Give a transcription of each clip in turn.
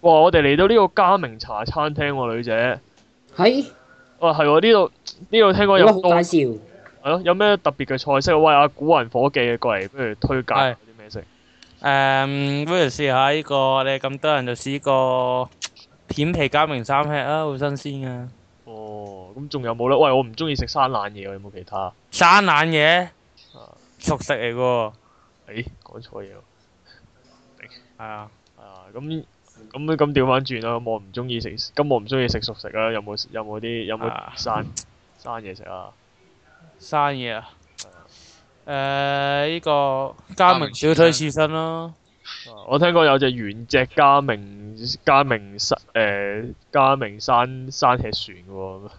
哇！我哋嚟到呢個嘉明茶餐廳喎，女姐。係，哇，係喎，呢度呢度聽講有有乜好多係介紹？咯，有咩特別嘅菜式？喂，阿古雲伙計過嚟，不如推介係啲咩食？誒，不如試下呢個，你咁多人就試個片皮加明三吃啊，好新鮮啊！哦，咁仲有冇咧？喂，我唔中意食生冷嘢喎，有冇其他？生冷嘢啊，熟食嚟嘅喎，誒，講錯嘢喎。係啊，係啊，咁咁咁調翻轉啦，咁我唔中意食，咁我唔中意食熟食啦。有冇有冇啲有啊冇生生嘢食啊？生嘢啊！Ờ, 誒，呢個加明小推刺身咯，啊我聽過有隻原隻嘉明嘉明山誒嘉明山山吃船嘅喎，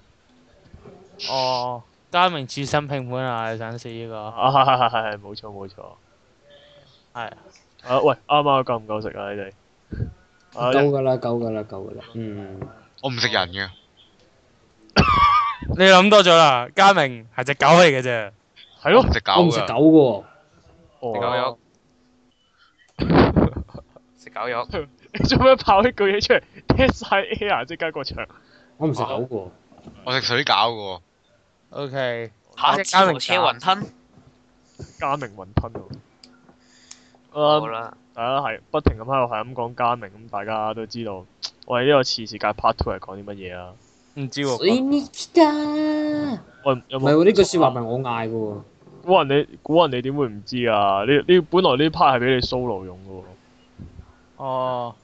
哦，加明刺身拼盤啊，你想試呢個？啊係係係係冇錯冇錯。係啊喂，啱啊，夠唔夠食啊？ 你哋啊夠㗎啦，夠㗎啦，夠㗎啦。嗯，我唔食人嘅，你諗多咗啦，加明係只狗嚟嘅啫。係我咯唔，食狗我唔食㗎狗㗎喎。食狗哦肉， 食狗肉，你做咩爆呢句嘢出嚟？dead 曬 air 即刻個場。我唔食狗噶，我食水餃嘅 O K，下次嘉明我車雲吞，嘉明雲吞喎。啊好，啦，大家係不停咁喺度係咁講嘉明，咁大家都知道，我哋呢個次世界 part two 係講啲乜嘢啊？唔知喎。水呢㗎。喂，有唔冇係？喎，呢句説話唔係我嗌嘅喎。估人你估人你點會唔知啊？呢呢本來呢 part 係俾你 solo 用嘅喎。哦，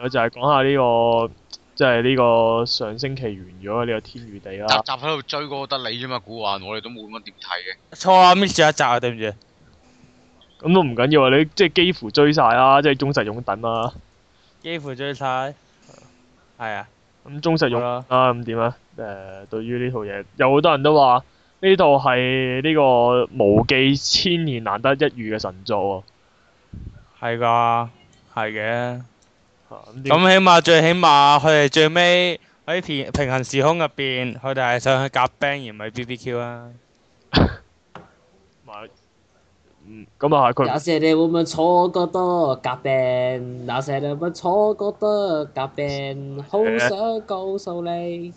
我就係講下呢、個，即係呢個上星期完咗嘅呢個天與地啦。喎，集集喺度追嗰個得你啫嘛，古玩我哋都冇乜點 睇嘅。錯啊，miss 咗一集啊，對唔住。咁都唔緊要啊！你即係幾乎追晒啦，即係忠實擁趸啦。幾乎追晒，係啊，咁忠實好擁啦，啊，咁點啊？誒、對於呢套嘢，有好多人都話呢套係呢個無記千年難得一遇嘅神作係㗎，係嘅。喎、啊。咁點咁起碼最起碼佢哋最尾喺平平行時空入邊，佢哋係想去夾 band 而唔係 BBQ 啊。咪啊嗯，咁啊係有佢些你會唔會錯覺得夾病？有些你會唔會錯覺得夾病？好想告訴你，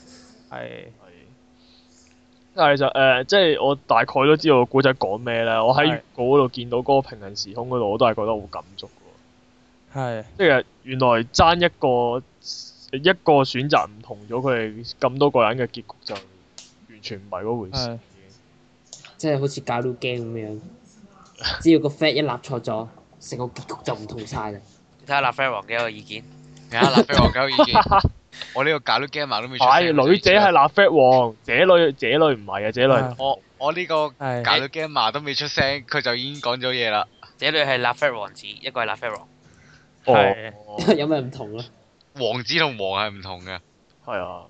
係係。但係其實誒、呃即係我大概都知道個古仔講咩啦。我喺係預告嗰度見到嗰個平行時空嗰度，我都係覺得好感觸嘅喎。係即係原來爭一個一個選擇唔同咗，佢哋咁多個人嘅結局就完全唔係嗰回事係。即係好似教到 game 咁樣。只要個 fat 一立錯咗，成個結局就唔同晒 啦。你睇下立飛王嘅一個意見，你睇下立飛我狗意見，我呢個搞都 game 埋都未出聲。係女者係立 fat 王，姐女姐女唔係啊，姐女啊我我呢個係搞到 game 埋都未出聲，佢就已經講咗 嘢啦。這裏係立飛王子，一個係立飛王，哦係，有咩唔同啊？王子同王係唔同嘅，係啊。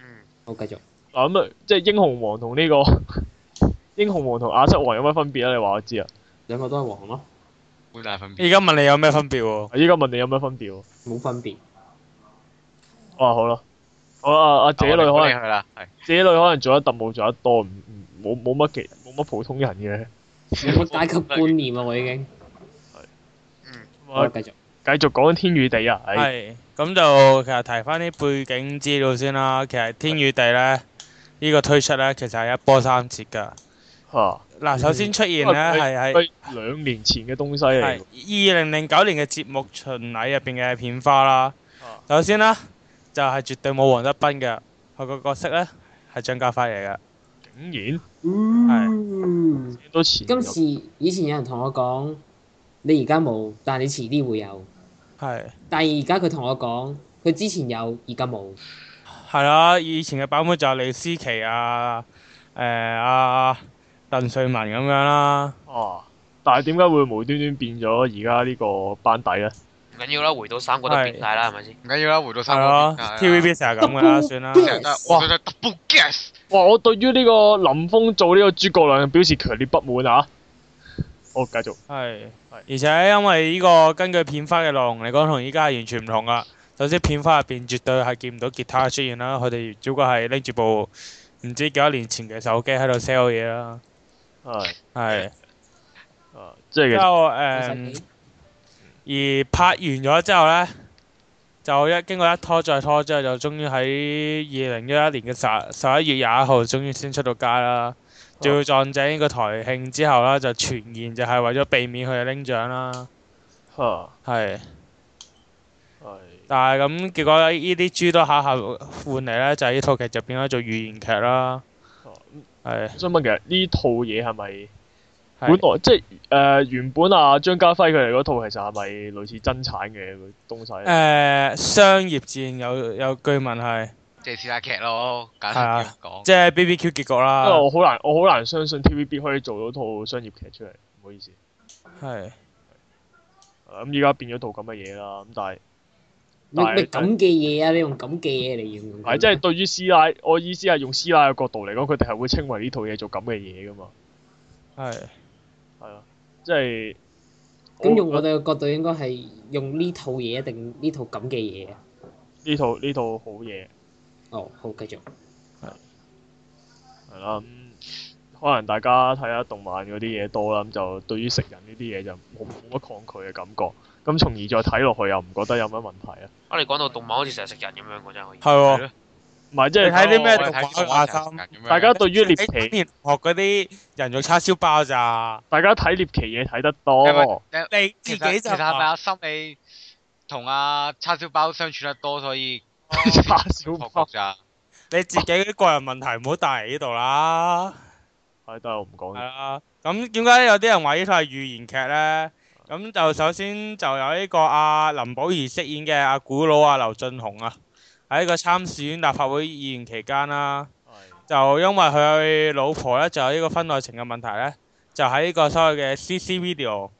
嗯，好，繼續。嗱咁啊，即係英雄王同呢個 英雄王同亞瑟王有乜分別啊？你話我知啊？兩個都係黃咯，好大分別。而家問你有咩分別喎？我依家問你有乜分別喎？冇分別。我哦話好啦，好啊啦，阿姐女可我哋能去啦，係姐女可能做得特務做得多，唔唔冇冇乜其冇乜普通人嘅。我階級觀念啊，我已經。咁好，啊繼續。繼續講天與地啊！唉係咁就其實提翻啲背景資料先啦。其實《天與地》呢，呢個推出呢，其實係一波三折㗎。嚇。嗱，首先出現呢，佢係係。佢兩年前嘅東西嚟喎。係二零零九年嘅節目巡禮入邊嘅片花啦。啊首先啦，就係、絕對冇黃德斌嘅，佢個角色呢係張家輝嚟嘅。竟然嗯。都前今有次以前有人同我講，你而家冇，但係你遲啲會有。係但係而家佢同我講，佢之前有，而家冇。係啦，以前嘅版本就係李思琪啊，誒阿鄧萃雯咁樣啦。啊，但係點解會無端端變咗而家呢個班底咧？唔緊要啦，回到三個都係變態啦，係咪先？唔緊要啦，回到係三咯個變態啦，TVB 成日咁噶啦， Double 算啦。 Yes 成日都係我想 double guess。哇！我對於呢個林峰做呢個諸葛亮表示強烈不滿啊！好，繼續係係，而且因為呢個根據片花嘅內容嚟講，同依家係完全唔同噶。首先片花入邊絕對係見唔到吉他嘅出現啦，佢哋只不過係拎住部唔知幾多年前嘅手機喺度 sell 嘢啦。係係，啊，即係之其實後老實誒，講而拍完咗之後呢，就一經過一拖再拖之後，就終於喺二零一一年嘅十十一月廿一號，終於先出到街啦。仲要撞正呢個台慶之後啦，就傳言就係為咗避免佢哋拎獎啦，嚇係。係但係咁結果呢啲豬都下下換嚟呢，就係呢套劇就變咗做語言劇啦哦。係想問其實呢套嘢係咪本係來即係誒、呃原本啊張家輝佢哋嗰套其實係咪類似真產嘅東西啊咧？誒商業戰有有據聞係即係試下劇咯，簡單啲講。即係 BBQ 結局因啊為啦，我好難我好難相信 TVB 可以做到套商業劇出嚟，唔好意思。係咁依家變咗套咁嘅嘢啦，咁但係咩但係咩咁嘅嘢啊？你用咁嘅嘢嚟形容佢？係即係對於師奶，我意思係用師奶嘅角度嚟講，佢哋係會稱為呢套嘢做咁嘅嘢噶嘛，係。係啊，即係咁用我哋嘅角度，應該係用呢套嘢定呢套咁嘅嘢啊？呢套呢套好嘢哦，好，繼續。係啦，咁、可能大家睇下動漫嗰啲嘢多啦，咁就對於食人呢啲嘢就冇冇乜抗拒嘅感覺，咁從而再睇落去又唔覺得有乜問題啊，我哋講到動漫好似成日食人咁樣喎，真係可以。係喎係咯唔係即你睇係啲咩我係睇動畫動亞畫三成日咁樣大家對於獵喺奇，年學嗰啲人肉叉燒包咋？大家睇獵奇嘢睇得因為多，因為你其自實己其就啊實係咪啊話阿心你同阿叉燒包相處得多，所以哦 叉燒學包局啊咋？你自己啲個人問題唔好帶嚟呢度啦，係得我唔講係。啦。咁點解有啲人話呢套係預言劇咧？咁就首先就有呢個阿林保怡飾演嘅阿古佬啊劉俊雄啊，喺呢個參選立法會議員期間啦、係啊就因為佢老婆咧就有呢個婚外情嘅問題咧，就喺呢個所謂嘅 CC video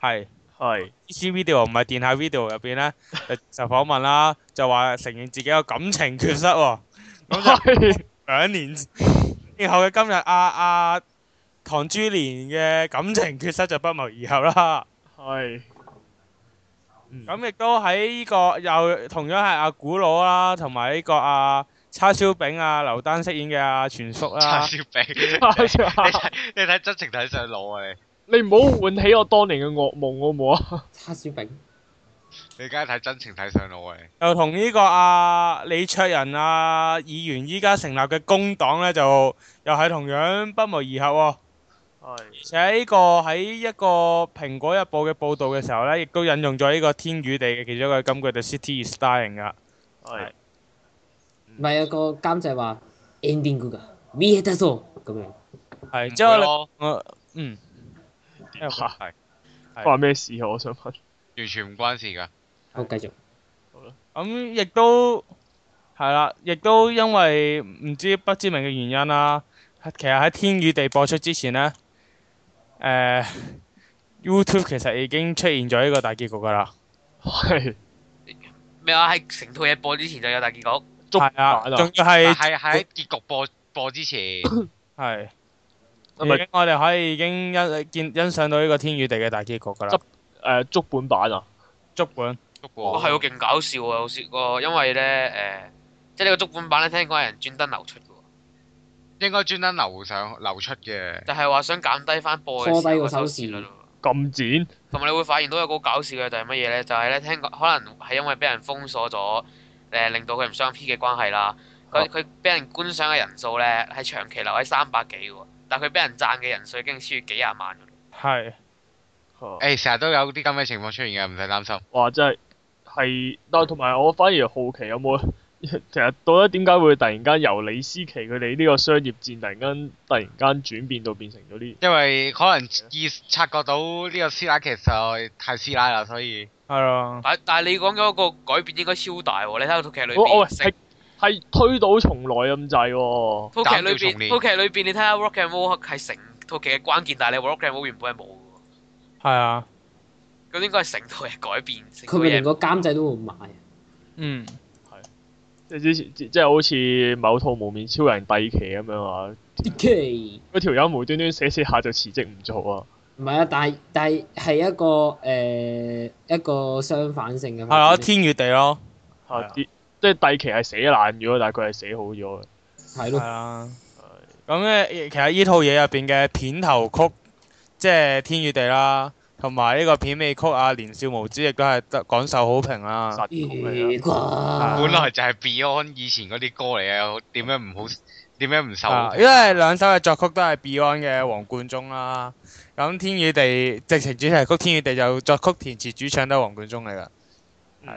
係。係。 C video 唔係電下 video 入邊咧，就就訪問啦，就話承認自己有感情缺失喎、咁就係兩年然後嘅今日，阿阿唐珠蓮嘅感情缺失就不謀而合啦。係。嗯咁亦都喺呢、個又同樣係阿古佬啦，同埋呢個阿叉燒餅啊劉丹飾演嘅阿全叔叉啦，燒 餅，咁，你睇真情睇上腦啊！你 你唔好喚起我當年嘅噩夢好唔好啊？叉燒餅，你梗係睇真情睇上腦啊！你又同呢個阿李卓人啊議員依家成立嘅工黨咧，就又係同樣不謀而合喎、而係且呢個喺一個蘋果日報嘅報導嘅時候呢，亦都引用咗呢個天與地嘅其中一個金句，就 City is dying 啊噶。係嗯唔係有啊個監製話 ending 㗎，咩得咗咁樣。嗯係之後唔會呢咯我嗯係係關咩事啊？我想問。完全唔關事㗎。好，繼續。咁亦都係啦，亦都因為唔知不知名嘅原因啦，其實喺天與地播出之前呢，誒、YouTube 其實已經出現咗呢個大結局㗎啦。係啊咩啊？喺成套嘢播之前就有大結局，捉係啊，蛋啊！仲要係係喺結局播播之前，哦係係已咪經我哋可以已經欣見欣賞到呢個天與地嘅大結局㗎啦執。誒捉本版啊！足本。捉哇過係喎，勁搞笑啊！我試過，因為咧誒，即係呢個足本版咧，聽講有人專登流出嘅喎，應該專登流上流出嘅。就係話想減低翻播嘅拖時低候個嘅收收視視率喎。咁剪同埋你會發現到有個好搞笑嘅就係乜嘢咧？就係咧聽講可能係因為俾人封鎖咗，誒、令到佢唔雙 P 嘅關係啦。佢哦佢俾人觀賞嘅人數咧係長期留喺三百幾喎，但係佢俾人讚嘅人數已經超越幾廿萬㗎哦啦。係嚇誒，成日都有啲咁嘅情況出現嘅，唔使擔心。哇！真係係，但係同埋我反而好奇有冇 其實到底點解會突然間由李思琪佢哋呢個商業戰突然間突然間轉變到變成咗呢？因為可能意察覺到呢個師奶其實太師奶啦，所以係啊，但但係你講嗰個改變應該超大喎！你睇下套劇裏我我邊，係成係推倒重來咁滯喎。套劇裏斬掉重練邊，套劇裏邊你睇下 Rock and Roll 係成套劇嘅關鍵，但係你 Rock and Roll 原本係冇嘅係啊，喎，咁應該係成套嘢改變。成套佢咪連嘢個監製都冇買啊？嗯，即係之前，即即係好似某套無面超人帝騎咁樣啊！ D.K. 嗰條友無端端寫寫下就辭職唔做啊！唔係啊，但係但係係一個誒、一個相反性嘅係啊，發展，天與地咯，嚇係啊啲即係帝騎係寫爛咗，但係佢係寫好咗嘅。係係咯，啊。咁咧，其實呢套嘢入邊嘅片頭曲，即係天與地啦，同埋呢個片尾曲啊，《年少無知》亦都係得廣受好評啦。實曲嚟如果本來就係 Beyond 以前嗰啲歌嚟嘅，點樣唔好？點樣唔受？啊，因為兩首嘅作曲都係 Beyond 嘅黃貫中啦。咁《天與地》直情主題曲《天與地》就作曲、填詞、主唱都係黃貫中嚟㗎，㗎，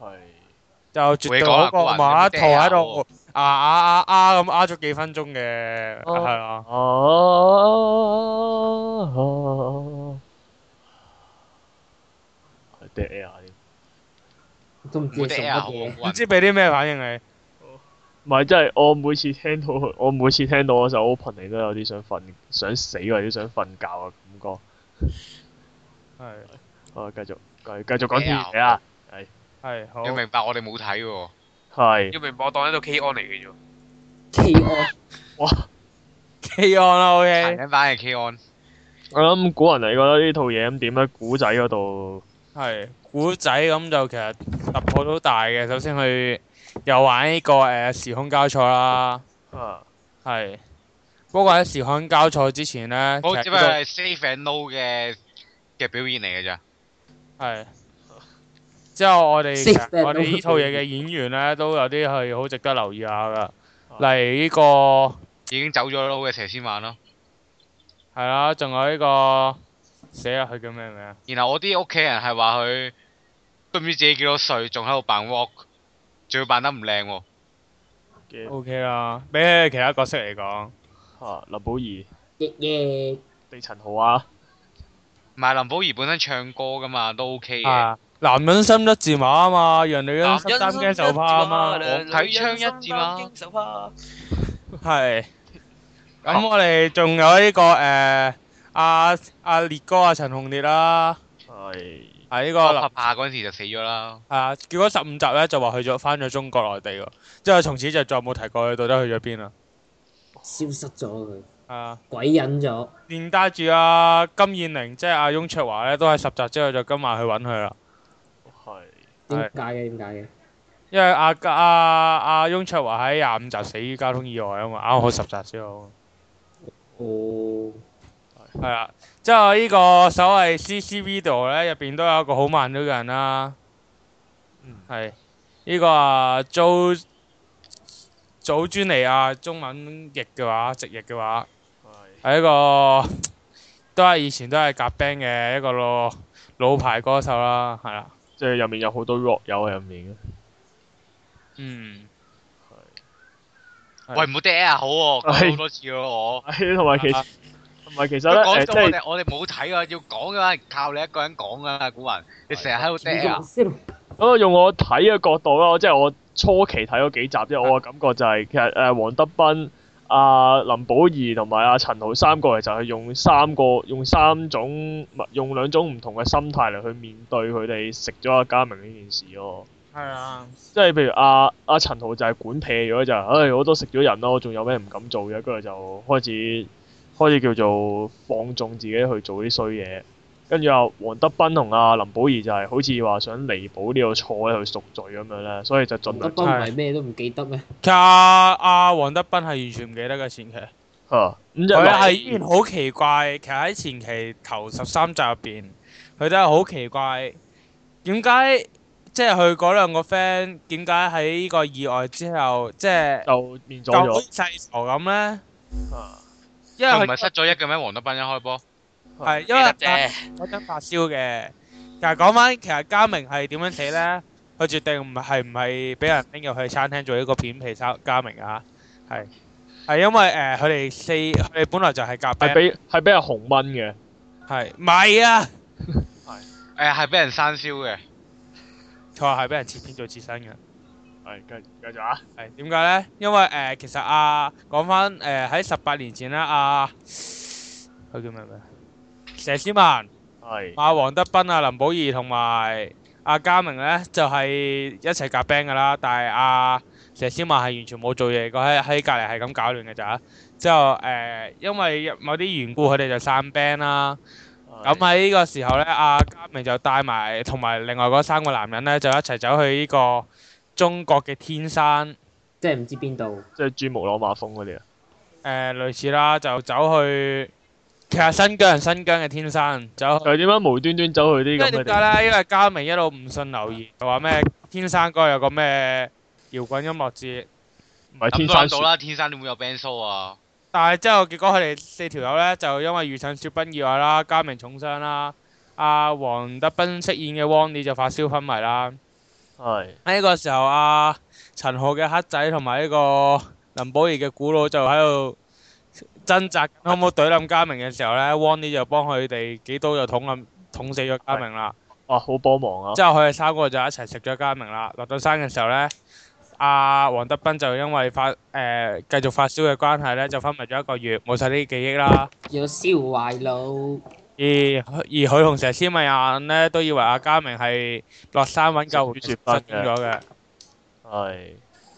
係就絕對會講啊嗰個個人馬有啲圖喺嗲度啊啊啊啊咁啊咗幾分鐘嘅，哦係啊。啊哦，係 dead air 添。都唔知冇你送得乜啊！好嘢。唔混知俾啲咩反應你？唔係，真係我每次聽到佢， 我每次聽到嗰首 open 嚟都有啲想瞓、想死或者想瞓覺嘅感覺。係好，繼續，繼繼續講天嘢啊！係好你。明白我哋冇睇喎，係，要明白我當一度 K on 嚟嘅啫喎。企鵝哇！ K on 啦殘，OK。忍版係啊 K on，我諗古人嚟覺得呢套嘢咁點咧？古仔嗰度係古仔咁就其實突破都大嘅。首先佢又玩呢、個誒、呃、時空交錯啦，啊，係。不過喺時空交錯之前咧，我其只實不過呢係 Safe and No 嘅嘅表現嚟嘅咋。個係。之後我哋 Six 我哋 Band 呢套嘢嘅演員咧都有啲係好值得留意下噶，啊例如呢、個。已經走咗佬嘅佘詩曼咯。係啦，仲有呢、個死啦，佢叫咩名啊？然後我啲屋企人係話佢都唔知自己幾多歲，仲喺度扮 walk，仲要扮得唔靚喎。嘅 O K 啦，比起啊其他角色嚟講，啊林保怡、翼翼地陳豪啊，唔係林保怡本身唱歌噶嘛，都 OK 嘅。啊，男人心一字馬啊嘛，讓女人男心擔人驚受怕啊嘛，我睇槍一戰啊啦手怕。係。咁我哋仲有呢、個誒阿阿烈哥啊陳紅烈啦，啊係係呢不個過林拍拍嗰陣時就死咗啦。啊，結果十五集咧就話去咗翻咗中國內地喎，之後從此就再冇提過佢到底去咗邊啦。消失咗佢，啊，鬼隱咗。連帶住阿金燕玲即係阿翁卓華咧，都喺十集之後就跟埋去揾佢啦。係點係解嘅？點解嘅？因為阿阿阿翁卓華喺廿五集死於交通意外啊嘛，啱好十集之後。哦，係啦，之後呢個所謂 CCV 度咧，入邊都有一個好慢咗嘅人啦。嗯係呢個啊，祖祖尊尼亞中文譯嘅話，直譯嘅話，係係一個都係以前都係夾 band 嘅一個老老牌歌手啦，係啦，即係入面有好多 rock 友喺入面嗯，係喂，唔好嗲啊，好喎，講咗好多次咯我。嘅。係 同埋其啊同埋其實佢講咧誒，即咗我係哋，我哋冇睇啊，要講嘅話係靠你一個人講啊，古雲，你成日喺度嗲啊主角。先咁用我睇嘅角度啦，我即係我初期睇嗰幾集啫，我嘅感覺就係、其實誒黃德斌、阿、林保怡同埋阿陳豪三個其實係用三個用三種唔係用兩種唔同嘅心態嚟去面對佢哋食咗阿嘉明呢件事咯。係啊，即係譬如阿、阿、陳豪就係管屁咗就係，唉、我都食咗人咯，我仲有咩唔敢做嘅？跟住就開始開始叫做放縱自己去做啲衰嘢。跟住阿黃德斌同阿林保怡就係好似話想彌補呢個錯咧去贖罪咁樣咧，所以就盡乜量都唔係咩都唔記得咩？其實阿阿啊黃德斌係完全唔記得嘅前期。嚇啊咁就佢係係依然好奇怪，其實喺前期頭十三集入邊，佢都係好奇怪，點解即係佢嗰兩個 friend 點解喺呢個意外之後，即係就變咗就好咗似世仇咁呢？啊因為佢唔係佢失咗一嘅咩？黃德斌一開波，係記因為得嗰啫，陣發燒嘅。其實講翻，其實嘉明係點樣死呢？佢決定唔係唔係俾人拎入去餐廳做一個片皮沙嘉明啊，係係因為誒佢哋四佢哋本來就係係夾 band，俾係俾人紅蚊嘅，係唔係啊？誒係俾人生燒嘅，佢話係俾人切片做切身嘅。係繼繼續啊，係點解咧？因為誒、呃其實啊，講翻誒喺十八年前啦，啊，佢叫咩名？佘詩曼、係阿黃德斌、啊林保怡同埋阿嘉明咧，就係、一齊夾 band 噶啦。但係阿佘詩曼係完全冇做嘢，佢喺喺隔離係咁搞亂嘅咋。之後誒、呃因為某啲緣故，佢哋就散 band 啦。啊啊咁喺呢個時候咧，阿嘉明就帶埋同埋另外嗰三個男人咧，就一齊走去呢個中國嘅天山。即係唔知邊度。即係珠穆朗瑪峰嗰啲啊，誒、類似啦，就走去其實新疆人新疆嘅天生走。 又點解啊無端端走去啲因為咁嘅點地方？解咧？因為嘉明一路唔信留言，就話咩天生哥有個咩搖滾音樂節，唔係諗天都生諗到雪啦，天生點會有 band show 啊？但係之後結果佢哋四條友咧就因為遇上雪崩意外啦，嘉明重傷啦，阿、黃德斌飾演嘅汪 o 就發燒昏迷啦。係喺呢個時候，阿、陳浩嘅黑仔同埋呢個林保怡嘅古佬就喺度掙扎，可唔可以懟冧嘉明嘅時候咧汪 o 就幫佢哋幾刀就捅冧捅死咗嘉明啦。啊，好幫忙啊！之後佢哋三個就一齊食咗嘉明啦。落到山嘅時候呢，阿、黃德斌就因為發誒、繼續發燒嘅關係呢，就昏迷咗一個月，冇晒啲記憶啦。要燒壞腦，而而佢同佘詩曼眼呢，都以為阿嘉明係落山揾救援，食失血崩嘅蹤咗嘅，係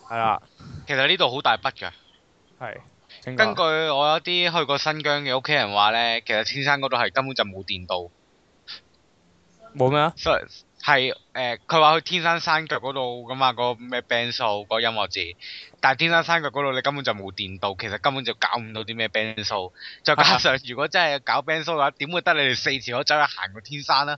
係啦，其實呢度好大筆㗎。係。請根據講我有啲去過新疆嘅屋企人話呢，其實天生嗰度係根本就冇電到，冇咩啊？所以係誒佢話去天山山腳嗰度咁啊，個咩 band show 個音樂節，但係天山山腳嗰度你根本就冇電到，其實根本就搞唔到啲咩 band show。再加上如果真係搞 band show 嘅話，點會得你哋四條友走去行過天山呢？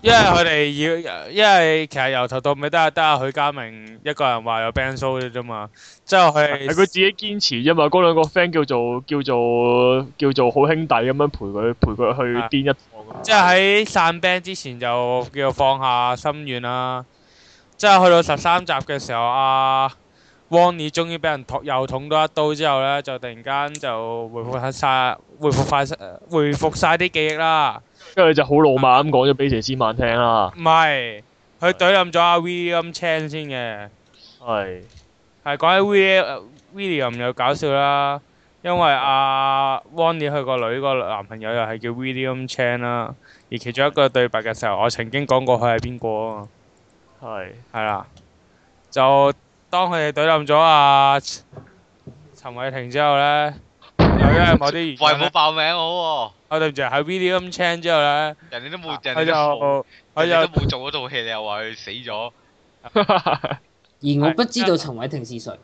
因為佢哋要，因為其實由頭到尾都係得阿許嘉明一個人話有 band show 嘅啫嘛。之後佢係佢自己堅持啫嘛，嗰兩個 friend 叫做叫做叫做好兄弟咁樣陪佢陪佢去啊癲一趟咁。即係喺散 band 之前就叫放下心願啦。即係去到十三集嘅時候，阿、汪 o 終於俾人捅又捅多一刀之後呢，就突然間就回復晒回復快回復晒啲記憶啦。跟住就好老馬咁講咗俾佘詩曼聽啦。唔係，佢懟冧咗阿 William Chan 先嘅。係係講起 William William 又搞笑啦，因為阿 Wanny 佢個女個男朋友又係叫 William Chan 啦，而其中一個對白嘅時候，我曾經講過佢係邊個啊，係係啦，就當佢哋懟冧咗阿陳偉霆之後咧，又因為某啲原喂，因冇呢，爆名我我對唔住係 William Chan 之後咧，喎，人哋都冇，人佢哋都冇，就佢人就哋都冇做嗰套戲，你又話佢死咗，而我不知道陳偉霆是誰。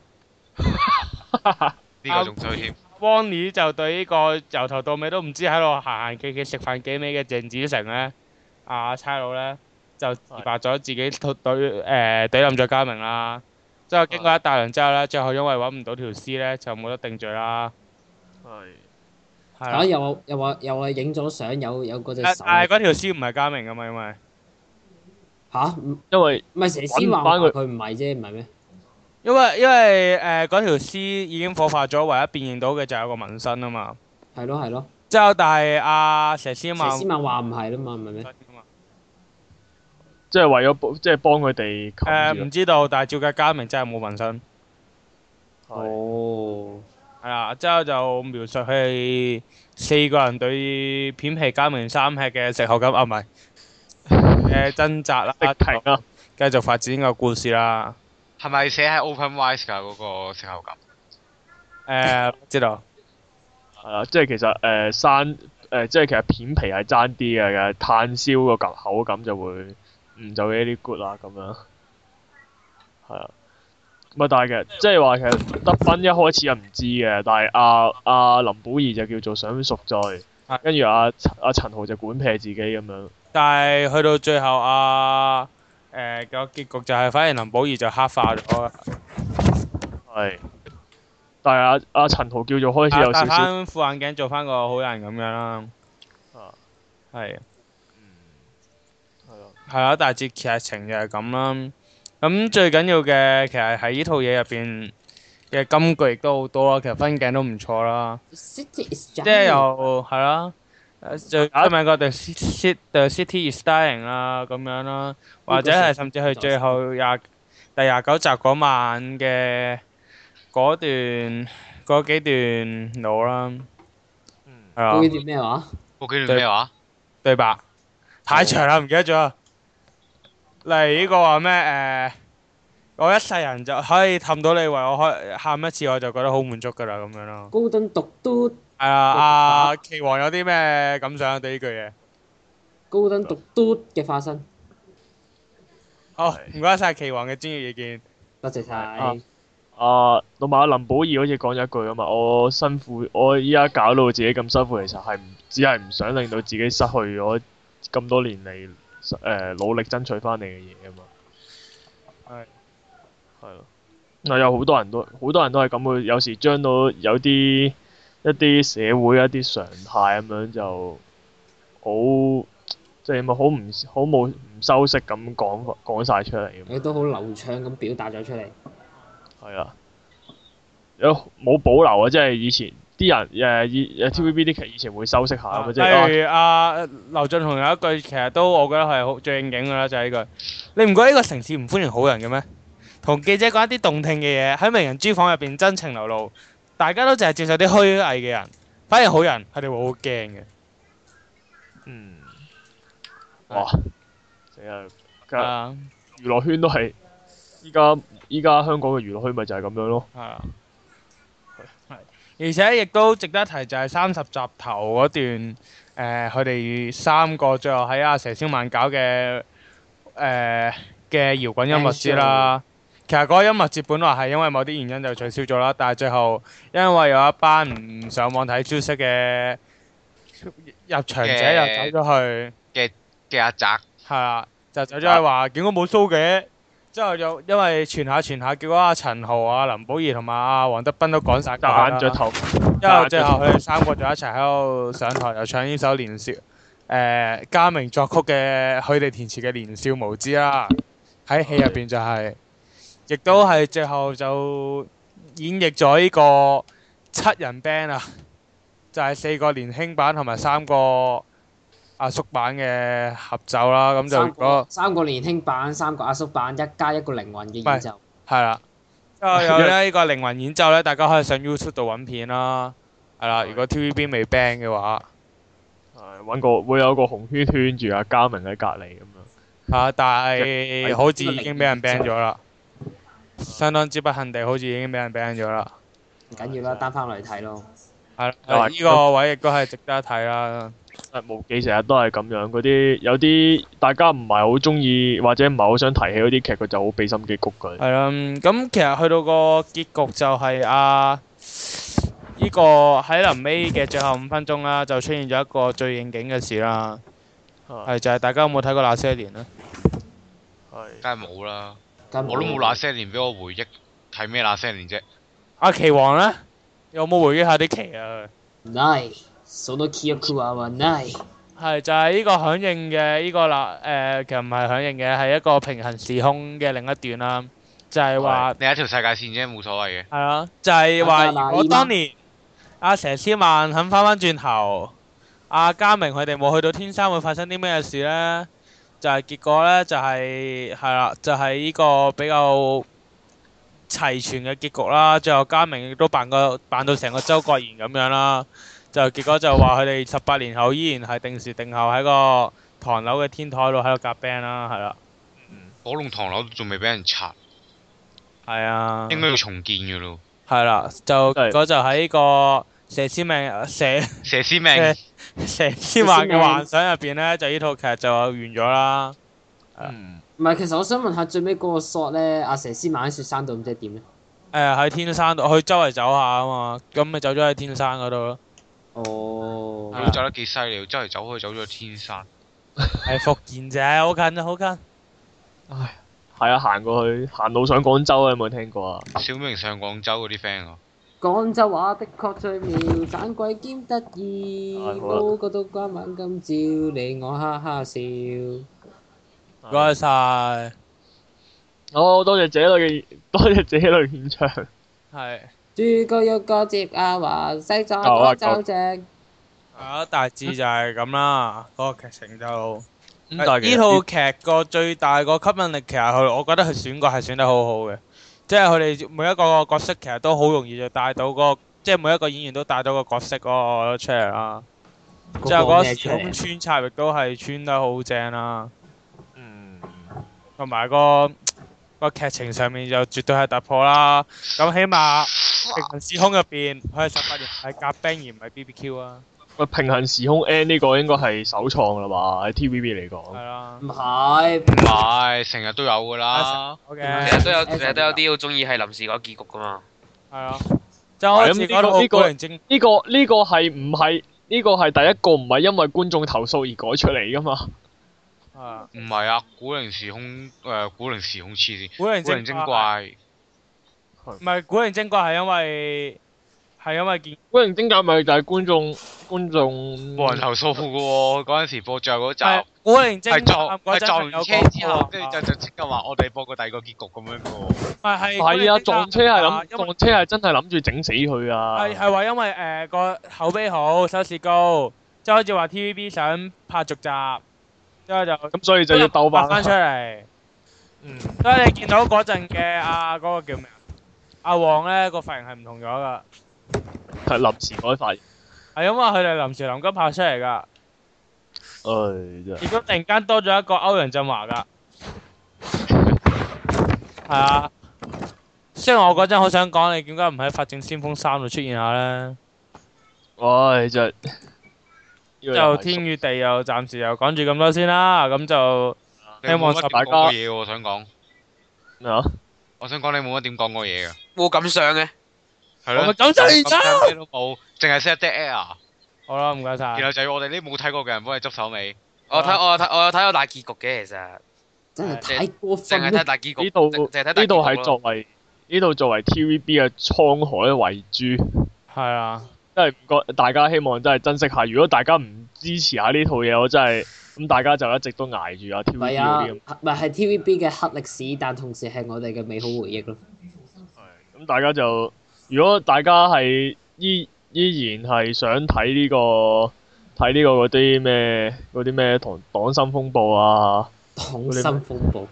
呢個仲衰添。 Wanny 就對呢個由頭到尾都唔知喺度行行企企食飯幾味嘅鄭子誠咧，啊差佬咧就自白咗自己隊誒懟冧咗嘉明啦。之後經過一大輪之後咧，最後因為揾唔到條屍咧，就冇得定罪啦。係啊！係啦，又話又話又話影咗相，有有嗰隻但手但係嗰條屍唔係嘉明噶嘛，因為吓，唔因為唔係成先搵唔返話佢佢唔係啫，唔係咩？因為因為誒嗰條屍已經火化咗，唯一辨認到嘅就係有個紋身啊嘛。係咯係咯，之後但係阿佘詩曼呃成先話話唔係啦嘛，唔係咩？即係為咗幫即係幫佢哋誒冚住唔知道，但係照計嘉明真係冇紋身。係哦，係啦，之後就描述佢哋四個人對片皮加明三吃嘅食後感啊，唔係嘅掙扎啦，直停啊！繼續發展個故事啦。係咪寫喺 OpenWise 㗎嗰個食後感？誒，知道係呃啦，即係其實誒生誒，即係其實片皮係爭啲嘅嘅，炭燒個嚿口感就會唔就 very good 啦咁樣。係啊，咪但係其實即係話其實德芬一開始就唔知嘅，但係阿阿林保怡就叫做想贖罪係，跟住阿陳阿陳豪就管撇自己咁樣。但係去到最後啊，誒個結局就係反而林保怡就黑化咗啦，係，但係阿阿陳豪叫做開始有戴少少。翻副眼鏡做翻個好人咁樣啦。啊係。係咯係啊，大致劇情就係咁啦。咁最緊要嘅其實喺呢套嘢入邊嘅金句亦都好多啦，其實分鏡都唔錯啦。 City is 即 dying 係又係啦，誒最出名個 The City The City is Dying 啦咁樣啦，或者係甚至係最後廿第廿九集嗰晚嘅嗰段嗰幾段路啦，係嗰啊，啲咩話？嗰幾段咩話？對白太長啦，唔記得咗。例如呢個話咩誒，我一世人就可以氹到你為我開喊一次，我就覺得好滿足㗎啦咁樣咯。高登毒嘟，係啊，阿棋王有啲咩感想啊對呢句嘢？高登毒嘟嘅化身，好，唔該晒棋王嘅專業意見。多謝晒啊。啊，同埋阿林保義好似講咗一句啊嘛，我辛苦，我依家搞到自己咁辛苦，其實係唔只係唔想令到自己失去咗咁多年嚟誒、呃努力爭取翻嚟嘅嘢啊嘛。係。係咯。嗱，有好多人都好多人都係咁會，有時將到有啲一啲社會一啲常態咁樣就好，即係咪好唔好冇唔修飾咁講講晒出嚟咁樣。佢都好流暢咁表達咗出嚟。係啊，有冇保留啊？即係以前啲人誒以誒 TVB 啲劇以前會修飾下咁嘛，即係啊例如阿劉俊雄有一句，其實都我覺得係好最應景㗎啦，就係呢句：你唔覺得呢個城市唔歡迎好人嘅咩？同記者講一啲動聽嘅嘢，喺名人專訪入邊真情流露，大家都淨係接受啲虛偽嘅人，反而好人佢哋會好驚嘅。嗯，哇，死啊！其實啊，娛樂圈都係依家依家香港嘅娛樂圈咪就係咁樣咯。係啊，係而且亦都值得一提就係三十集頭嗰段，誒呃佢哋三個最後喺阿佘詩曼搞嘅誒嘅搖滾音樂節啦。其實嗰個音樂節本來係因為某啲原因就取消咗啦，但係最後因為有一班唔上網睇消息嘅入場者嘅又走咗去。嘅阿澤係啊，就走咗去話點解冇 show 嘅，之後又因為傳下傳下，結果阿陳豪、啊、林保怡同埋阿黃德斌都趕晒掛但啦眼着頭，之後最後佢哋三個就一齊喺度上台又唱呢首年少誒、呃嘉明作曲嘅佢哋填詞嘅年少無知啦，喺戲入邊就係、亦都係最後就演繹咗呢個七人 band 啊，就係、四個年輕版同埋三個阿叔版嘅合奏啦，咁就三如果個三個年輕版，三個阿叔版，一加一個靈魂嘅演奏。係啦，之後有咧呢個靈魂演奏咧，大家可以上 YouTube 度揾片啦。係啦，如果 TVB 未 ban 嘅話，係揾個會有個紅圈圈住阿嘉明喺隔離咁樣。啊，但係好似已經俾人 ban 咗啦，相當之不幸地，好似已經俾人 ban 咗啦。唔緊要啦，單翻嚟睇咯。係又啦，係呢個位亦都係值得一睇啦。真係無記成日都係咁樣，嗰啲有啲大家唔係好中意或者唔係好想提起嗰啲劇，佢就好俾心機谷佢。係啦，嗯咁其實去到個結局就係啊，呢個喺臨尾嘅最後五分鐘啦，就出現咗一個最應景嘅事啦，係係就係大家有冇睇過那些年啊啊呢？係梗係冇啦，我我都冇那些年俾我回憶睇咩那些年啫。阿棋王呢？有冇回憶下啲棋啊？ Nine，數到 Kyoku 啊嘛，Nine。係就係呢個響應嘅呢個啦，誒、其實唔係響應嘅，係一個平行時空嘅另一段啦，就係話你一條世界線啫，冇所謂嘅。係啊，就係簡話單啦如果依家當年阿佘詩曼肯翻翻轉頭，阿嘉明佢哋冇去到天山會發生啲咩事呢？就係、結果呢，就係係啦，就係、呢個比較齊全嘅結局啦。最後嘉明亦都扮個扮到成個周國賢咁樣啦，就結果就話佢哋十八年後依然係定時定候喺個唐樓嘅天台度喺度夾 band 啦，係啦，火龍唐樓都仲未俾人拆，係啊。應該要重建嘅咯。係啦，就係結果就喺呢個佘詩命佘佘誒 詩命佘詩曼嘅幻想入邊咧，就呢套劇就完咗啦。嗯唔係，其實我想問下最尾嗰個 shot 咧，阿佘詩曼喺雪山度，唔知係點咧？誒喺天山度，去周圍走下啊嘛，咁咪走咗喺天山嗰度咯，哦，佢走得幾犀利，周圍走可以走咗去天山。係福建啫，好近好近。係啊，行過去行路上廣州啊，有冇聽過啊？小明上廣州嗰啲 friend 啊，廣州話的確最妙，盞鬼兼得意啊，好啦冇個到關晚今朝，你我哈哈笑。唔該晒，好多謝這類嘅， 多謝這類獻唱。係豬哥肉哥接阿華，西藏夠啦廣夠州正。啊，大致就係咁啦。嗰個劇情就咁但係其呢實套劇個最大個吸引力，其實佢我覺得佢選角係選得好好嘅，即係佢哋每一個角色其實都好容易就帶到個，即係每一個演員都帶到個角色嗰個出嚟啦。之後嗰個時空穿插亦都係穿得好正啦，嗯，同埋個個劇情上面就絕對係突破啦。咁起碼平行時空入邊，佢係十八年係夾 band 而唔係 BBQ 啊。喂，平行時空 N 呢個應該係首創啦嘛，喺 TVB 嚟係講。啦嗯唔係，唔係成日都有噶啦。 ，OK，其係實都有，其實都有啲好中意係臨時改結局噶嘛。啊，就係我自己覺得好呢個古靈精，呢個呢個係唔係呢個係第一個唔係因為觀眾投訴而改出嚟噶嘛？啊，唔係啊，古靈時空誒，古靈時空黐古靈線，古靈精精，啊怪。唔係古靈精怪係因為係因為見觀眾點解咪就係觀眾觀眾冇人投訴嘅喎，嗰陣時播最後嗰係集古靈精怪啊係撞嗰係陣仲撞完有車之後，講跟過住就就即刻話我哋播個第二個結局咁樣嘅喎。唔係係古靈係啊，精怪撞車係諗因為撞車係真係諗住整死佢啊！係係話因為誒個口碑好，收視高，即係好似話 TVB 想拍續集，之後就咁所以就要鬥拍翻翻出嚟。嗯，所以你見到嗰陣嘅阿嗰個叫咩啊？阿黃咧個髮型係唔同咗噶，係臨時改發。係因為佢哋臨時臨急拍出嚟噶，唉，真係亦都突然間多咗一個歐陽振華噶， 係啊。雖然我嗰陣好想講你點解唔喺《法證先鋒三》度出現下咧，唉，真係。呢個又就係天與地又暫時又講住咁多先啦，咁就希望你冇乜點大家講過嘢喎，我想講，咩啊？我想講你冇乜點講過嘢㗎。冇咁上嘅，係我咪咯。咁就完咗。咁咩都冇，淨係識得 dead air。啊好啦，唔該晒。然後就要我哋呢冇睇過嘅人幫你執手尾。我睇我有睇我有睇過大結局嘅，其實真係太過淨係分睇啦！大結局，呢度淨淨係睇大結局呢度係咯作為呢度作為 TVB 嘅滄海遺珠，係啊，真係唔覺大家希望真係珍惜下。如果大家唔支持下呢套嘢，我真係咁大家就一直都捱住啊唔 TVB 嗰係啊，啲咁。唔係係 TVB 嘅黑歷史，但同時係我哋嘅美好回憶咯。咁大家就如果大家係依依然係想睇呢、個睇呢個嗰啲咩嗰啲咩黨黨心風暴啊，溏心風暴，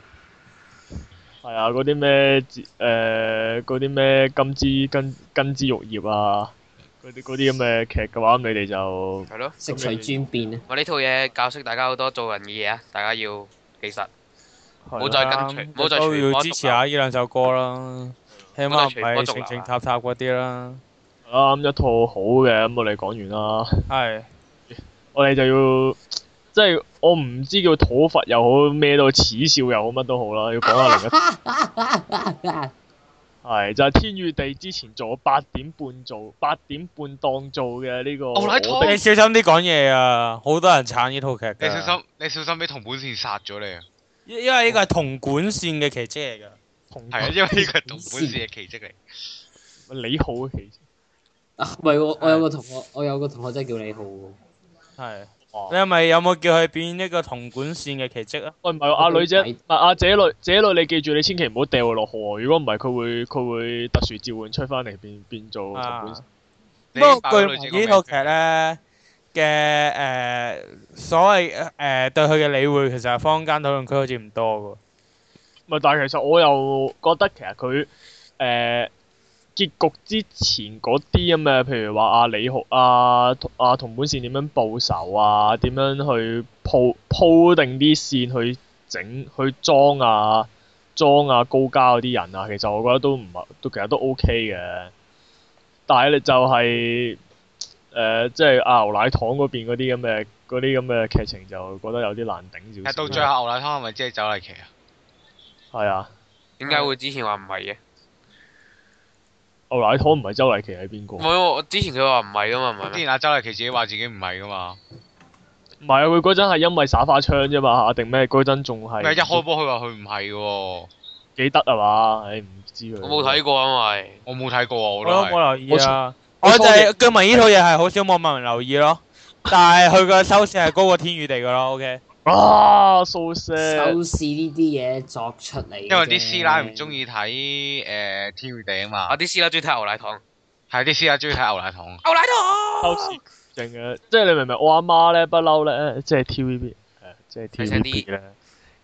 係啊嗰啲咩誒嗰啲咩金枝金金枝玉葉啊，嗰啲嗰啲咁嘅劇嘅話，咁你哋就係咯。色彩轉變啊！我呢套嘢教識大家好多做人嘅嘢啊！大家要記實，係啦冇再跟隨，冇再都隨要波支逐持流下呢兩首歌啦，起碼唔冇得隨波係逐情流啊情塔塔嗰啲啦。啊咁一套好嘅，咁我哋講完啦。係我哋就要即係我唔知叫討伐又好，咩都恥笑又好，乜都好啦，要講下另一係就係、天與地之前做八點半做八點半當做嘅呢、個牛奶糖我的你小心啲講嘢啊！好多人撐呢套劇㗎你小心，你小心俾同本線殺咗你啊！因因為呢個係同管線嘅奇蹟嚟㗎。嗯同係啊，因為呢個係同本線嘅奇蹟嚟。你好其實啊唔係喎，我有個同學，我有個同學真係叫你好喎。係哇你係咪有冇叫佢表演呢個同管線嘅奇蹟啊？喂唔係喎阿女姐，我唔都睇係阿姐女姐女，你記住你千祈唔好掉落河，如果唔係佢會佢會特殊召喚出翻嚟變變做同本啊你不爆過咗據女仔個聞呢套劇咧嘅誒所謂誒對佢嘅理會，其實係坊間討論區好似唔多唔係，但係其實我又覺得其實佢誒、呃、結局之前嗰啲咁嘅，譬如話啊李浩啊啊同本線點樣報仇啊，點樣去鋪鋪定啲線去整去裝啊裝啊高家嗰啲人啊，其實我覺得都唔係都其實都 OK 嘅，但係你就係、呃即係啊牛奶糖嗰邊嗰啲咁嘅嗰啲咁嘅劇情就覺得有啲難頂少但係少。到最後牛奶湯係咪即係走麗奇啊？係啊。點解會之前話唔係嘅？牛奶糖唔係周麗琪係邊個？唔唔係係我之前佢話唔係噶嘛，唔係啊之咩？前阿周麗奇自己話自己唔係噶嘛，啊，佢嗰陣係因為耍花槍啫嘛，定咩？嗰陣仲係咩一開波佢話佢唔係嘅喎，記得係啊嘛？唉，唔知佢。我冇睇過，因為我冇睇過啊，我喎，都我都係。冇留意啊。我我就初係據聞呢套嘢係好少網民留意咯，但係佢個收視係高過天與地㗎咯。OK，啊，so sad。收視呢啲嘢作出嚟，因為啲師奶唔中。意睇誒天與地啊嘛我，啲師奶中意睇牛奶糖，係啲師奶中意睇牛奶糖。牛奶收糖視正嘅，即係你明唔明？我阿媽咧不嬲咧，即係 TVB 誒，即係細聲啲 TVB 咧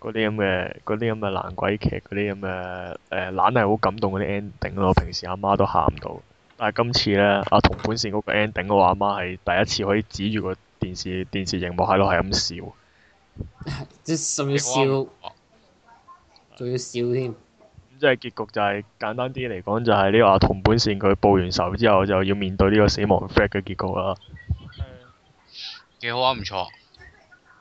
嗰啲咁嘅嗰啲咁嘅爛鬼劇，嗰啲咁嘅誒懶係好感動嗰啲 ending 咯。我平時阿媽都喊唔到，但係今次咧阿同本線嗰個 ending，我阿媽係第一次可以指住個電視電視熒幕喺度係咁笑。即係仲要笑，仲要笑添。咁即係結局就係、簡單啲嚟講，就係呢個阿同本線佢報完仇之後就要面對呢個死亡 flag 嘅結局啦。幾好啊，唔錯。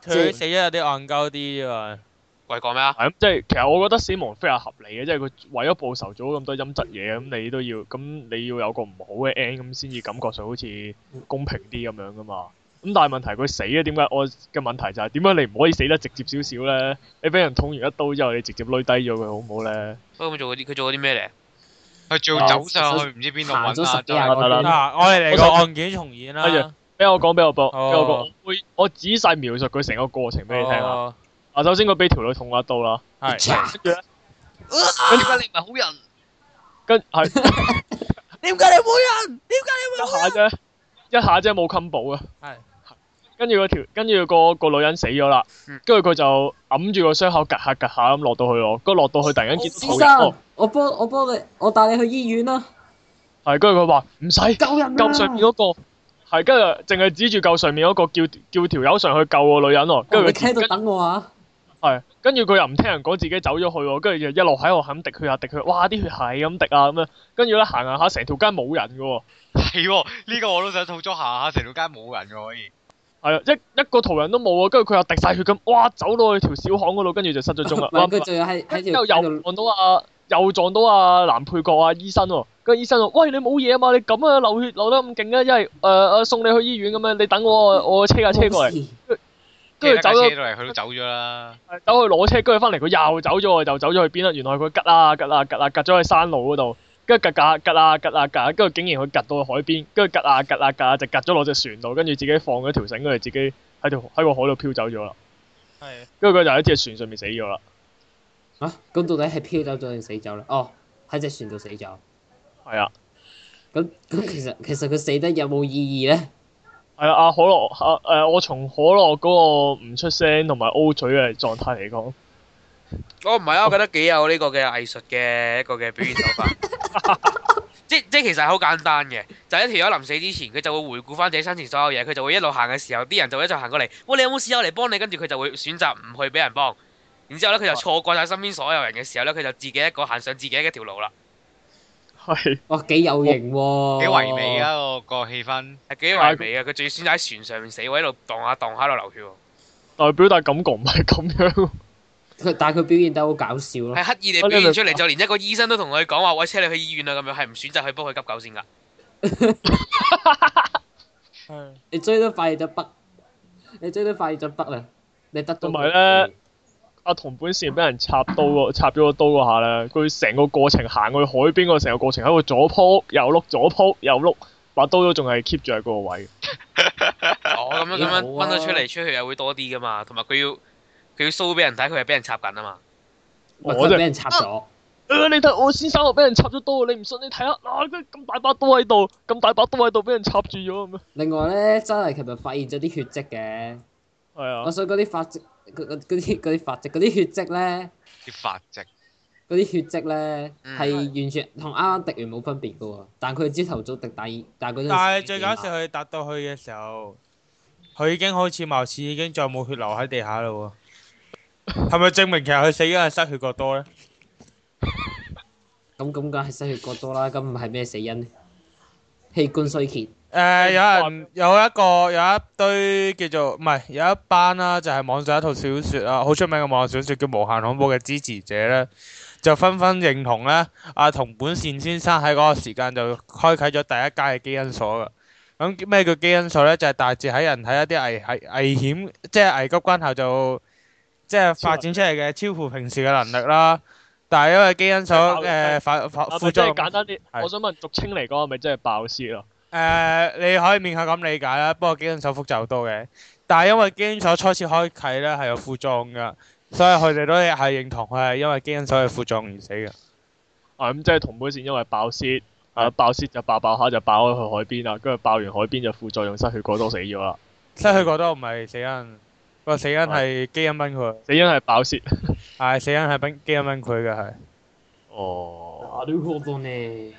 佢死咗有啲戇鳩啲啫嘛。喂，講咩啊？係咁，即係其實我覺得死亡飛係合理嘅，即係佢為咗報仇做咗咁多陰質嘢，咁你都要咁你要有個唔好嘅 end 咁先至感覺上好似公平啲咁樣噶嘛。咁但係問題佢死咧，點解我嘅問題就係點解你唔可以死得直接少少咧？你俾人捅完一刀之後，你直接攣低咗佢好唔好咧？不過佢做嗰啲，佢做嗰啲咩嚟？佢仲要走上去唔知邊度行咗揾啊！十幾真係廿個得啦圈，嗱，我哋嚟個案件重演啦。哎呀俾我講，俾我講，俾哦我講，我會我仔細描述佢成個過程俾你聽啊！哦，啊，首先佢俾條女捅咗一刀啦，係嚓點解你唔係好人？跟係一點解你冇人？點下解啫，一下啫冇 combo 啊！係跟住嗰條，跟住個個女人死咗啦嗯，跟住佢就揞住個傷口，趌下趌下咁落到去咯，跟住落到去突然間見到先肚人生哦，，我幫我幫你，我帶你去醫院啦，係跟住佢話唔使救人啊啦救！上面嗰個，係跟住淨係指住救上面嗰個，叫叫條友上去救個女人喎，哦跟你住企喺佢度跟等我啊！係跟住佢又唔聽人講自己走咗去喎，跟住就一路喺度肯滴血啊滴血，哇啲血係咁滴啊咁樣，跟住咧行行下成條街冇人嘅喎。係喎，呢個我都想吐槽下，成條街冇人㗎可以。係啊，一一個途人都冇啊，跟住佢又滴晒血咁，哇！走到去條小巷嗰度，跟住就失咗蹤啦。唔哇係佢仲要喺喺跟住條又撞喺度到啊，又撞到啊男配角啊醫生喎、跟住醫生話：喂，你冇嘢啊嘛？你咁啊流血流得咁勁啊，因為誒誒、呃送你去醫院咁樣，你等我啊，我車架車過嚟，冇事跟住走咗車到嚟，佢都走咗啦。走去攞車，跟住翻嚟佢又走咗喎，又走咗去邊啦？原來佢吉啊吉啊吉啊吉咗去山路嗰度，跟住吉架吉啊吉啊吉啊，跟住竟然佢吉到去海邊，跟住吉啊吉啊吉啊就吉咗落只船度，跟住自己放咗條繩，跟住自己喺條喺個海度漂走咗啦。係跟住佢就喺隻船上面死咗啦。啊！咁到底係漂走咗定死走咧？哦，喺只船度死咗。係啊，咁咁其實其實佢死得有冇意義咧？係啊，阿可樂啊，誒、我從可樂嗰個唔出聲同埋 O 嘴嘅狀態嚟講，我唔係啊，我覺得幾有呢個嘅藝術嘅一個嘅表現手法。即即其實係好簡單嘅，就係一條友臨死之前，佢就會回顧翻自己生前所有嘢，佢就會一路行嘅時候，啲人就會一路行過嚟，喂，你有冇試下嚟幫你？跟住佢就會選擇唔去俾人幫，然之後咧佢就錯過晒身邊所有人嘅時候咧，佢就自己一個行上自己嘅一條路啦，係哇，幾有型喎！幾唯美！啊個個氣氛。係幾唯美嘅。佢仲要選擇喺船上面死，喎，喺度蕩下蕩下喺度流代表但係感覺唔係咁樣。佢但係佢表現得好搞笑血咯喎，。係刻意地表現出嚟，就連一個醫生都同佢講話，喂，車你去醫院啦，咁樣係唔選擇去幫佢急救先㗎。係你追得快咗北，你追得快咗北啦！你得到同埋咧阿同本線俾人插刀個插咗個刀嗰下咧，佢成個過程行去海邊個成個過程喺度左撲右碌左撲右碌，把刀都仲係 keep 住喺嗰個位。哦，咁樣幾咁好啊樣分咗出嚟，出去又會多啲噶嘛，同埋佢要佢要 show 俾人睇，佢係俾人插緊啊嘛。喂我佢真係俾人插咗，呃你睇我先生我俾人插咗刀，你唔信你睇下嗱，佢咁大把刀喺度，咁大把刀喺度俾人插住咗咁樣。另外咧真係琴日發現咗啲血跡嘅。係啊我。想嗰啲發跡，嗰嗰嗰啲嗰啲發跡，嗰啲血跡咧，啲法跡，嗰啲血跡咧嗯係完全同啱啱滴完冇分別嘅喎。但佢朝頭早滴第二，但係啊嗰陣但係最搞笑，佢搭到去嘅時候，佢已經好似貌似已經再冇血流喺地下嘞喎。係咪證明其實佢死嗰係失血過多咧？咁咁梗係失血過多啦，咁唔係咩死因咧？器官衰竭，誒、有人有一個有一堆叫做唔係有一班啦、就係、網上一套小説啊，好出名嘅網上小説叫《無限恐怖》嘅支持者咧，就紛紛認同咧，阿、同本善先生喺嗰個時間就開啟咗第一家嘅基因鎖㗎。咁咩叫基因鎖咧？就係、大致喺人體一啲危危危險，即係危急關頭就即係發展出嚟嘅超乎平時嘅能力啦。但係因為基因鎖爆誒發發啊係啊副咪即作係用簡單啲？係我想問俗稱嚟講係咪真係爆屍啊？誒、你可以勉強咁理解啦，不過基因手複雜好多嘅。但係因為基因手初次開啟咧係有副作用噶，所以佢哋都係認同佢係因為基因手嘅副作用而死嘅。啊咁即係同妹線因為爆屍，啊爆屍就爆爆下就爆咗去海邊啦，跟住爆完海邊就副作用失血過多死咗啦。失去過多唔係死因，個死因係基因崩潰，死因係爆屍。係死因係崩基因崩潰嘅係。哦，都好多呢。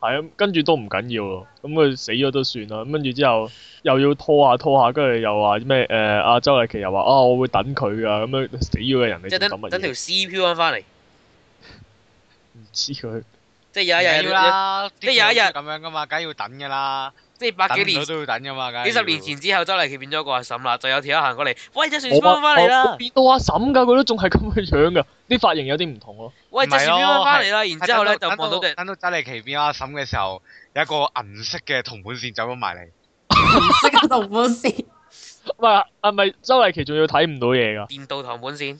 係啊，跟住都唔緊要咯。咁佢死咗都算啦。跟住之後又要拖下拖下，跟住又話咩誒？阿周麗琪又話啊，我會等佢㗎。咁樣死咗嘅人你即仲係等等乜等條嘢？屍漂翻翻嚟，唔知佢即係有梗一日要啦，即係有一日啲劇都咁樣噶嘛，梗係要等噶啦。即係百等幾唔年到、都要等噶嘛，梗係幾十年要前之後，周麗琪變咗個阿嬸啦，就有條友行過嚟，喂，隻船我翻翻嚟我啦，變到阿嬸㗎，佢都仲係咁嘅樣㗎，啲髮型有啲唔同咯。喂，隻船唔係咯翻翻嚟啦，然係之後咧就等望到隻等到真理奇變阿嬸嘅時候，有一個銀色嘅同伴線走咗埋嚟，識得同本事，喂，係咪周麗琪仲要睇唔到嘢㗎？電到堂本線，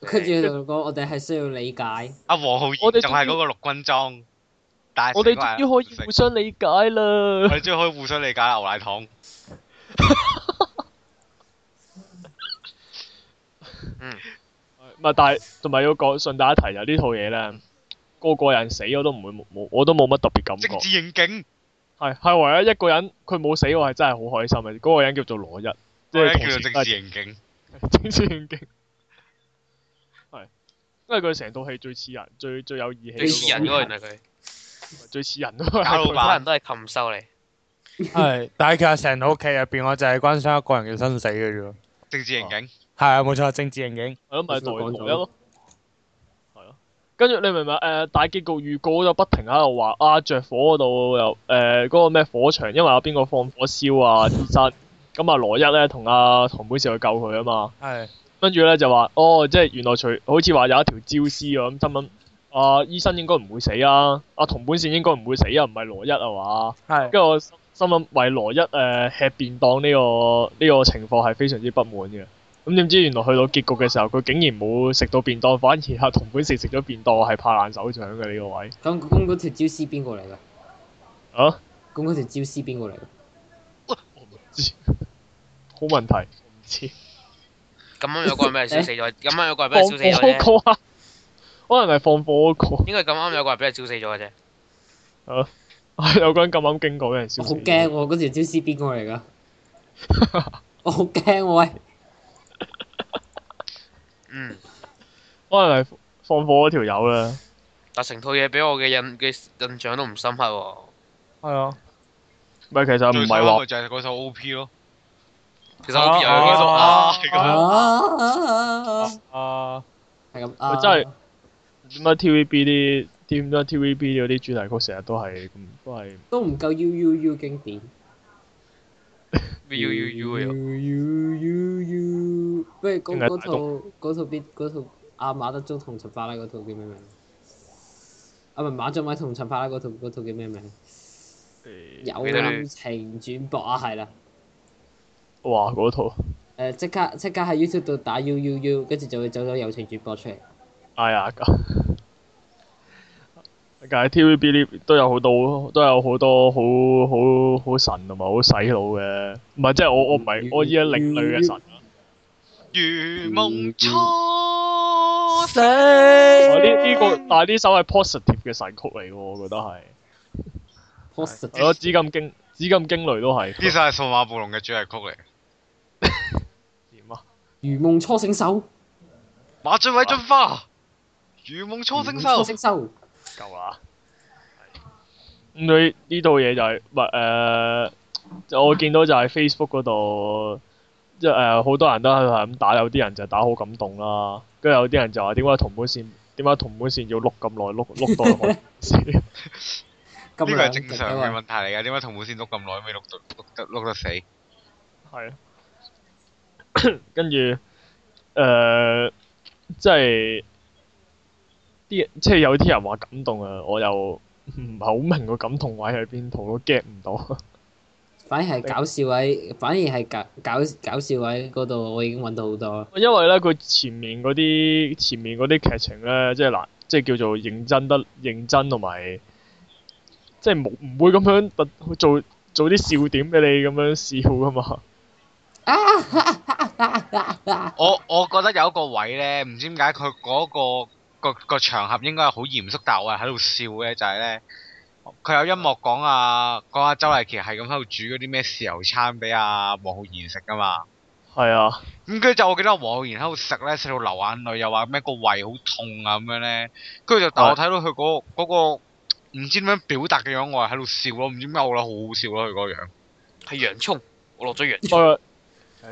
跟住就講我哋係需要理解。阿黃浩然我哋仲係嗰個陸軍裝，但係 我哋成個人終於可銀以色互相理解啦我。哋終於可以互相理解啦牛奶糖。嗯，唔係，但係同埋要講順帶一提就呢套嘢咧，個個人死我都唔會冇冇，我都冇乜特別感覺。政治刑警，係係唯一一個人佢冇死，我係真係好開心嘅。嗰、個人叫做羅一，即我咧係叫同做時政治刑警。 正正經經係，因為佢成套戲最似人，最最有義氣嗰個，最似人嗰個原來佢，最似人咯。搞老可能闆，都係禽獸嚟。係，但係其實成套劇入邊，我就係關心一個人嘅生死嘅啫喎。政治刑警，係啊，冇錯，政治刑警。係咯，咪代羅講咗一咯。係咯，跟住你明唔明？啊誒、大結局預告就不停喺度話啊，着火嗰度又誒嗰、個咩火場，因為有邊個放火燒啊自殺，咁啊羅一咧同阿唐本少去救佢啊嘛。係。跟住咧就話，哦，即係原來除好似話有一條焦屍啊咁新聞，啊醫生應該唔會死啊，啊同本線應該唔會死啊，唔係羅一啊嘛。係跟。住我心心諗，為羅一誒、呃吃便當呢、個呢、個情況係非常之不滿嘅。咁點知原來去到結局嘅時候，佢竟然冇食到便當，反而阿同本線食咗便當，我係拍爛手掌嘅呢個位。咁咁嗰條招絲邊個嚟㗎？啊， 咁嗰條招絲邊個嚟㗎？我唔知，好問題，我唔知。咁啱有個人 俾人燒死咗，咁啱有個人俾 放人燒死咗啫。火嗰個啊，可能係放火嗰應該咁啱有個人俾人燒死咗嘅啫。個， 有個人咁啱經過俾人燒死咗。我好驚喎！啊嗰條招絲邊個 嚟㗎？我好驚喎！喂，嗯，可能係放火嗰條友啦。但成套嘢俾我嘅印嘅印象都唔深刻喎。係啊。唔係，其實唔最係慘話咪就係嗰首 O P 咯。其實我邊有啊嗰度啊啊，係啊咁樣啊啊。係咁啊！真係點解 TVB 啲點解 TVB 嗰啲主題曲成日都係咁，都係都唔夠 U U U 經典。咩 U U U 啊 U U U U，不如定嗰係嗰大套嗰套邊嗰套阿馬德鐘同陳法拉嗰套叫咩名？啊唔係馬俊偉同陳法拉嗰套嗰套叫咩名？有記得你感情轉播啊，係啦。哇嗰套誒即刻即刻喺 YouTube 度打 U U U，跟住就會走咗友情轉播出嚟。哎呀咁。但係 TVB 呢都有好多都有好多好好好神同埋好洗腦嘅，唔係即係我我唔係我依家另類嘅神啊，如夢初醒，我呢呢個但係呢首係 positive 嘅神曲嚟嘅喎，我覺得係係 Positive 咯，紫禁驚紫禁驚雷都係呢首係數碼暴龍嘅主題曲嚟。點啊？如夢初醒手，馬俊偉進化，如夢初醒如夢初秀。醒手。夠啦。咁佢呢套嘢就係唔係誒？就我見到就係 Facebook 嗰度，即係誒好多人都係咁打，有啲人就打好感動啦，跟住有啲人就話點解同本線點解同本線要碌咁耐，碌碌到去海 咁呢個係兩正極常啊嘅喂問題嚟㗎，點解同本線碌咁耐未碌到碌得碌得死？係啊，跟住誒，即係啲即係有啲人話感動啊，我又唔係好明個感動位喺邊度咯，get 唔到。反而係搞笑位，反而係搞搞搞笑位嗰度，我已經揾到好多啦。因為咧，佢前面嗰啲前面嗰啲劇情咧，即係嗱，即係叫做認真得認真同埋，即係冇唔會咁樣特做做啲笑點俾你咁樣笑噶嘛。 À, 我我覺得有一個位咧，唔知點解佢嗰個個個場合應該係好嚴肅，但係我係喺度笑嘅，就係咧，佢有音樂講啊講啊周麗琪係咁喺度煮嗰啲咩豉油餐俾阿黃浩然食噶嘛，係啊，咁跟住就我記得黃浩然喺度食咧，食到流眼淚，又話咩個胃好痛啊咁樣咧，跟住就哦但我睇到佢嗰嗰個唔知點樣表達嘅樣，我係喺度笑咯，唔知點解我覺得好好笑咯，佢嗰個樣。係洋葱，我落咗洋葱。不過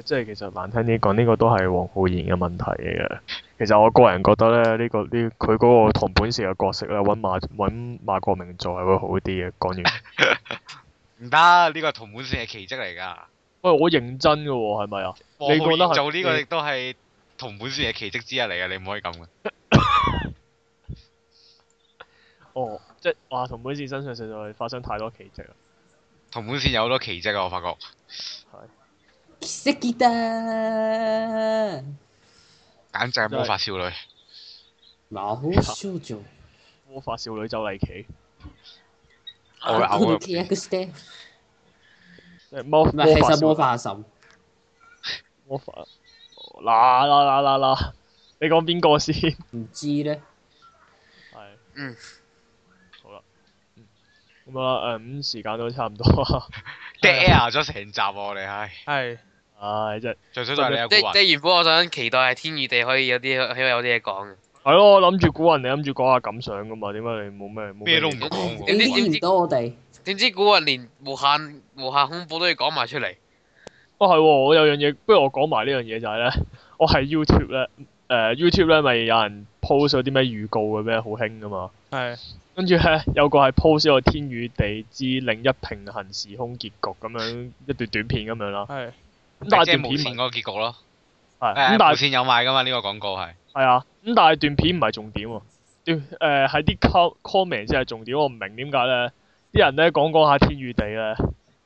誒即係其實難聽啲講，呢個都係黃浩然嘅問題嚟嘅。其實我個人覺得咧，呢、個呢佢嗰個唐本士嘅角色咧，揾馬揾馬國明做係會好啲嘅。講完，唔得，呢個同本線係奇蹟嚟㗎。喂，我認真嘅喎，係咪啊？黃浩你覺得然係做呢個亦都係同本線嘅奇蹟之一嚟嘅，你唔可以咁嘅。哦，即係哇，唐本士身上實在發生太多奇蹟啦。同本線有好多奇蹟啊！我發覺奇跡だ簡直係魔法少女。魔法少女魔法少女走麗奇，我會悪嘔の啊契約して即係魔唔係，魔其法實少魔女法阿嬸魔法嗱嗱嗱嗱嗱，你講邊個 先？唔知咧，係。嗯。好啦。嗯咁啊，誒、咁時間都差唔多 啦。 dead 啊 air 咗成集喎，我哋唉，係唉，真係最衰都係你阿啊古即雲。即原本我想期待係天與地可以有啲，起碼有啲嘢講嘅。係咯，我諗住估人哋諗住講下感想噶嘛，點解你冇咩冇咩都唔嘢講你喎。知啲見唔到我哋， 點知古惑連無限無限恐怖都要講埋出嚟，哦，係喎，我有樣嘢，不如我講埋呢樣嘢就係咧，我喺 YouTube 咧，誒、YouTube 咧咪有人 post 咗啲咩預告嘅咩，好興噶嘛。係跟住咧有個係 post 咗個天與地之另一平行時空結局咁樣一段短片咁樣啦。係咁但係即段係無片線嗰唔個結局咯。係誒，咁但無係線有賣㗎嘛？呢個廣告係。係啊，咁但係段片唔係重點喎，段誒係啲 com- comment 先係重點，我唔明點解咧，啲人咧講講下天與地咧，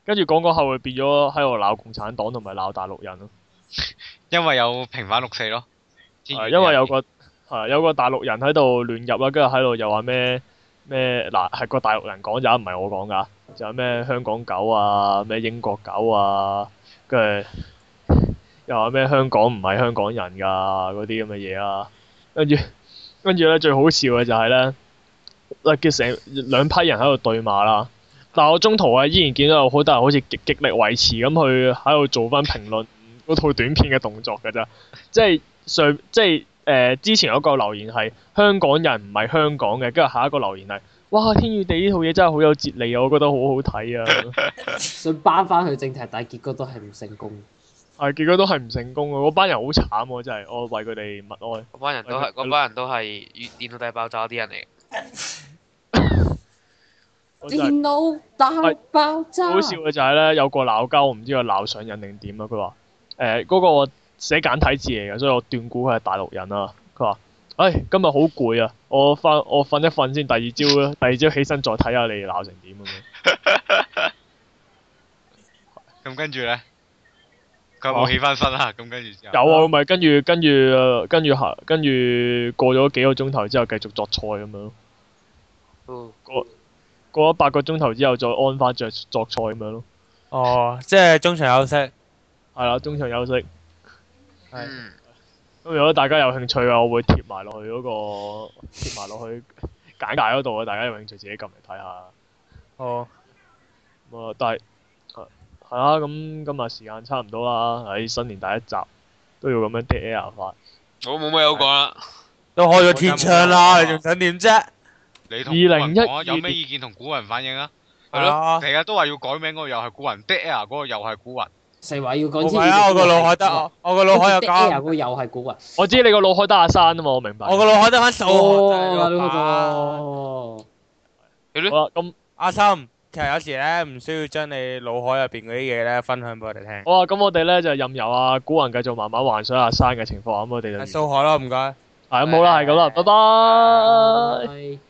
跟住講講下會變咗喺度鬧共產黨同埋鬧大陸人咯，因為有平反六四咯，天係與啊因為地有個係有個大陸人喺度亂入啦，跟住喺度又話咩咩嗱係個大陸人講咋，唔係我講㗎，就係咩香港狗啊，咩英國狗啊，跟住又話咩香港唔係香港人㗎嗰啲咁嘅嘢啦，跟住 跟住咧最好笑嘅就係咧，嗱嘅成兩批人喺度對罵啦。但我中途啊，依然見到有好多人好似極極力維持咁去喺度做翻評論嗰套短片嘅動作㗎咋，即係上即係誒、呃之前有一個留言係香港人唔係香港嘅，跟住下一個留言係哇天與地呢套嘢真係好有哲理啊，我覺得好好睇啊！想扳翻去正題，但係結果都係唔成功。係，結果都係唔成功啊嘅。嗰班人好慘喎，真係，我為佢哋默哀。嗰班人都係喂佢嗰班人都係越電腦大爆炸啲人嚟。我真係電腦大爆炸，好笑嘅就係咧，有個鬧交，我唔知佢鬧上癮定點啊。佢話：誒嗰個寫簡體字嚟嘅，所以我斷估佢係大陸人啦。佢話：唉，今日好攰啊，我瞓我瞓一瞓先，第二朝啦，第二朝起身再睇下你鬧成點咁樣。咁跟住咧，佢有啊冇起翻身啦。咁跟住之後，有啊，咪跟住跟住呃跟住下跟住過咗幾個鐘頭之後，繼續作菜咁樣咯。哦過咗八個鐘頭之後，再安翻着作菜咁樣咯。哦，即係中場休息。係啦，中場休息。係嗯，咁如果大家有興趣啊嘅，我會貼埋落去嗰、個貼埋落去 簡介嗰度啊！大家有興趣自己撳嚟睇下。哦，咁啊，但係係係啦，咁今日時間差唔多啦，喺新年第一集都要咁樣 dead air 法。我冇乜好講啦。都開咗天窗啦，你仲想點啫？你同2012古雲講啊有咩意見同古雲反映啊？係係啊咯，成日都話要改名嗰個又係古雲，dead air 嗰個又係古雲。四位要冇講天計啊！我個腦海得我，我個腦海有有搞，又係古雲。我知你個腦海得阿山啊嘛，我明白。我個腦海得翻數學。真係哦，個なるほ把ど。好啦，咁阿心，其實有時咧唔需要將你腦海入邊嗰啲嘢咧分享俾我哋聽。好啊，咁我哋咧就任由啊古人繼續慢慢幻想啊阿山嘅情況，咁我哋就完數學咯，唔該。係咁好啦，係咁啦，拜拜。拜拜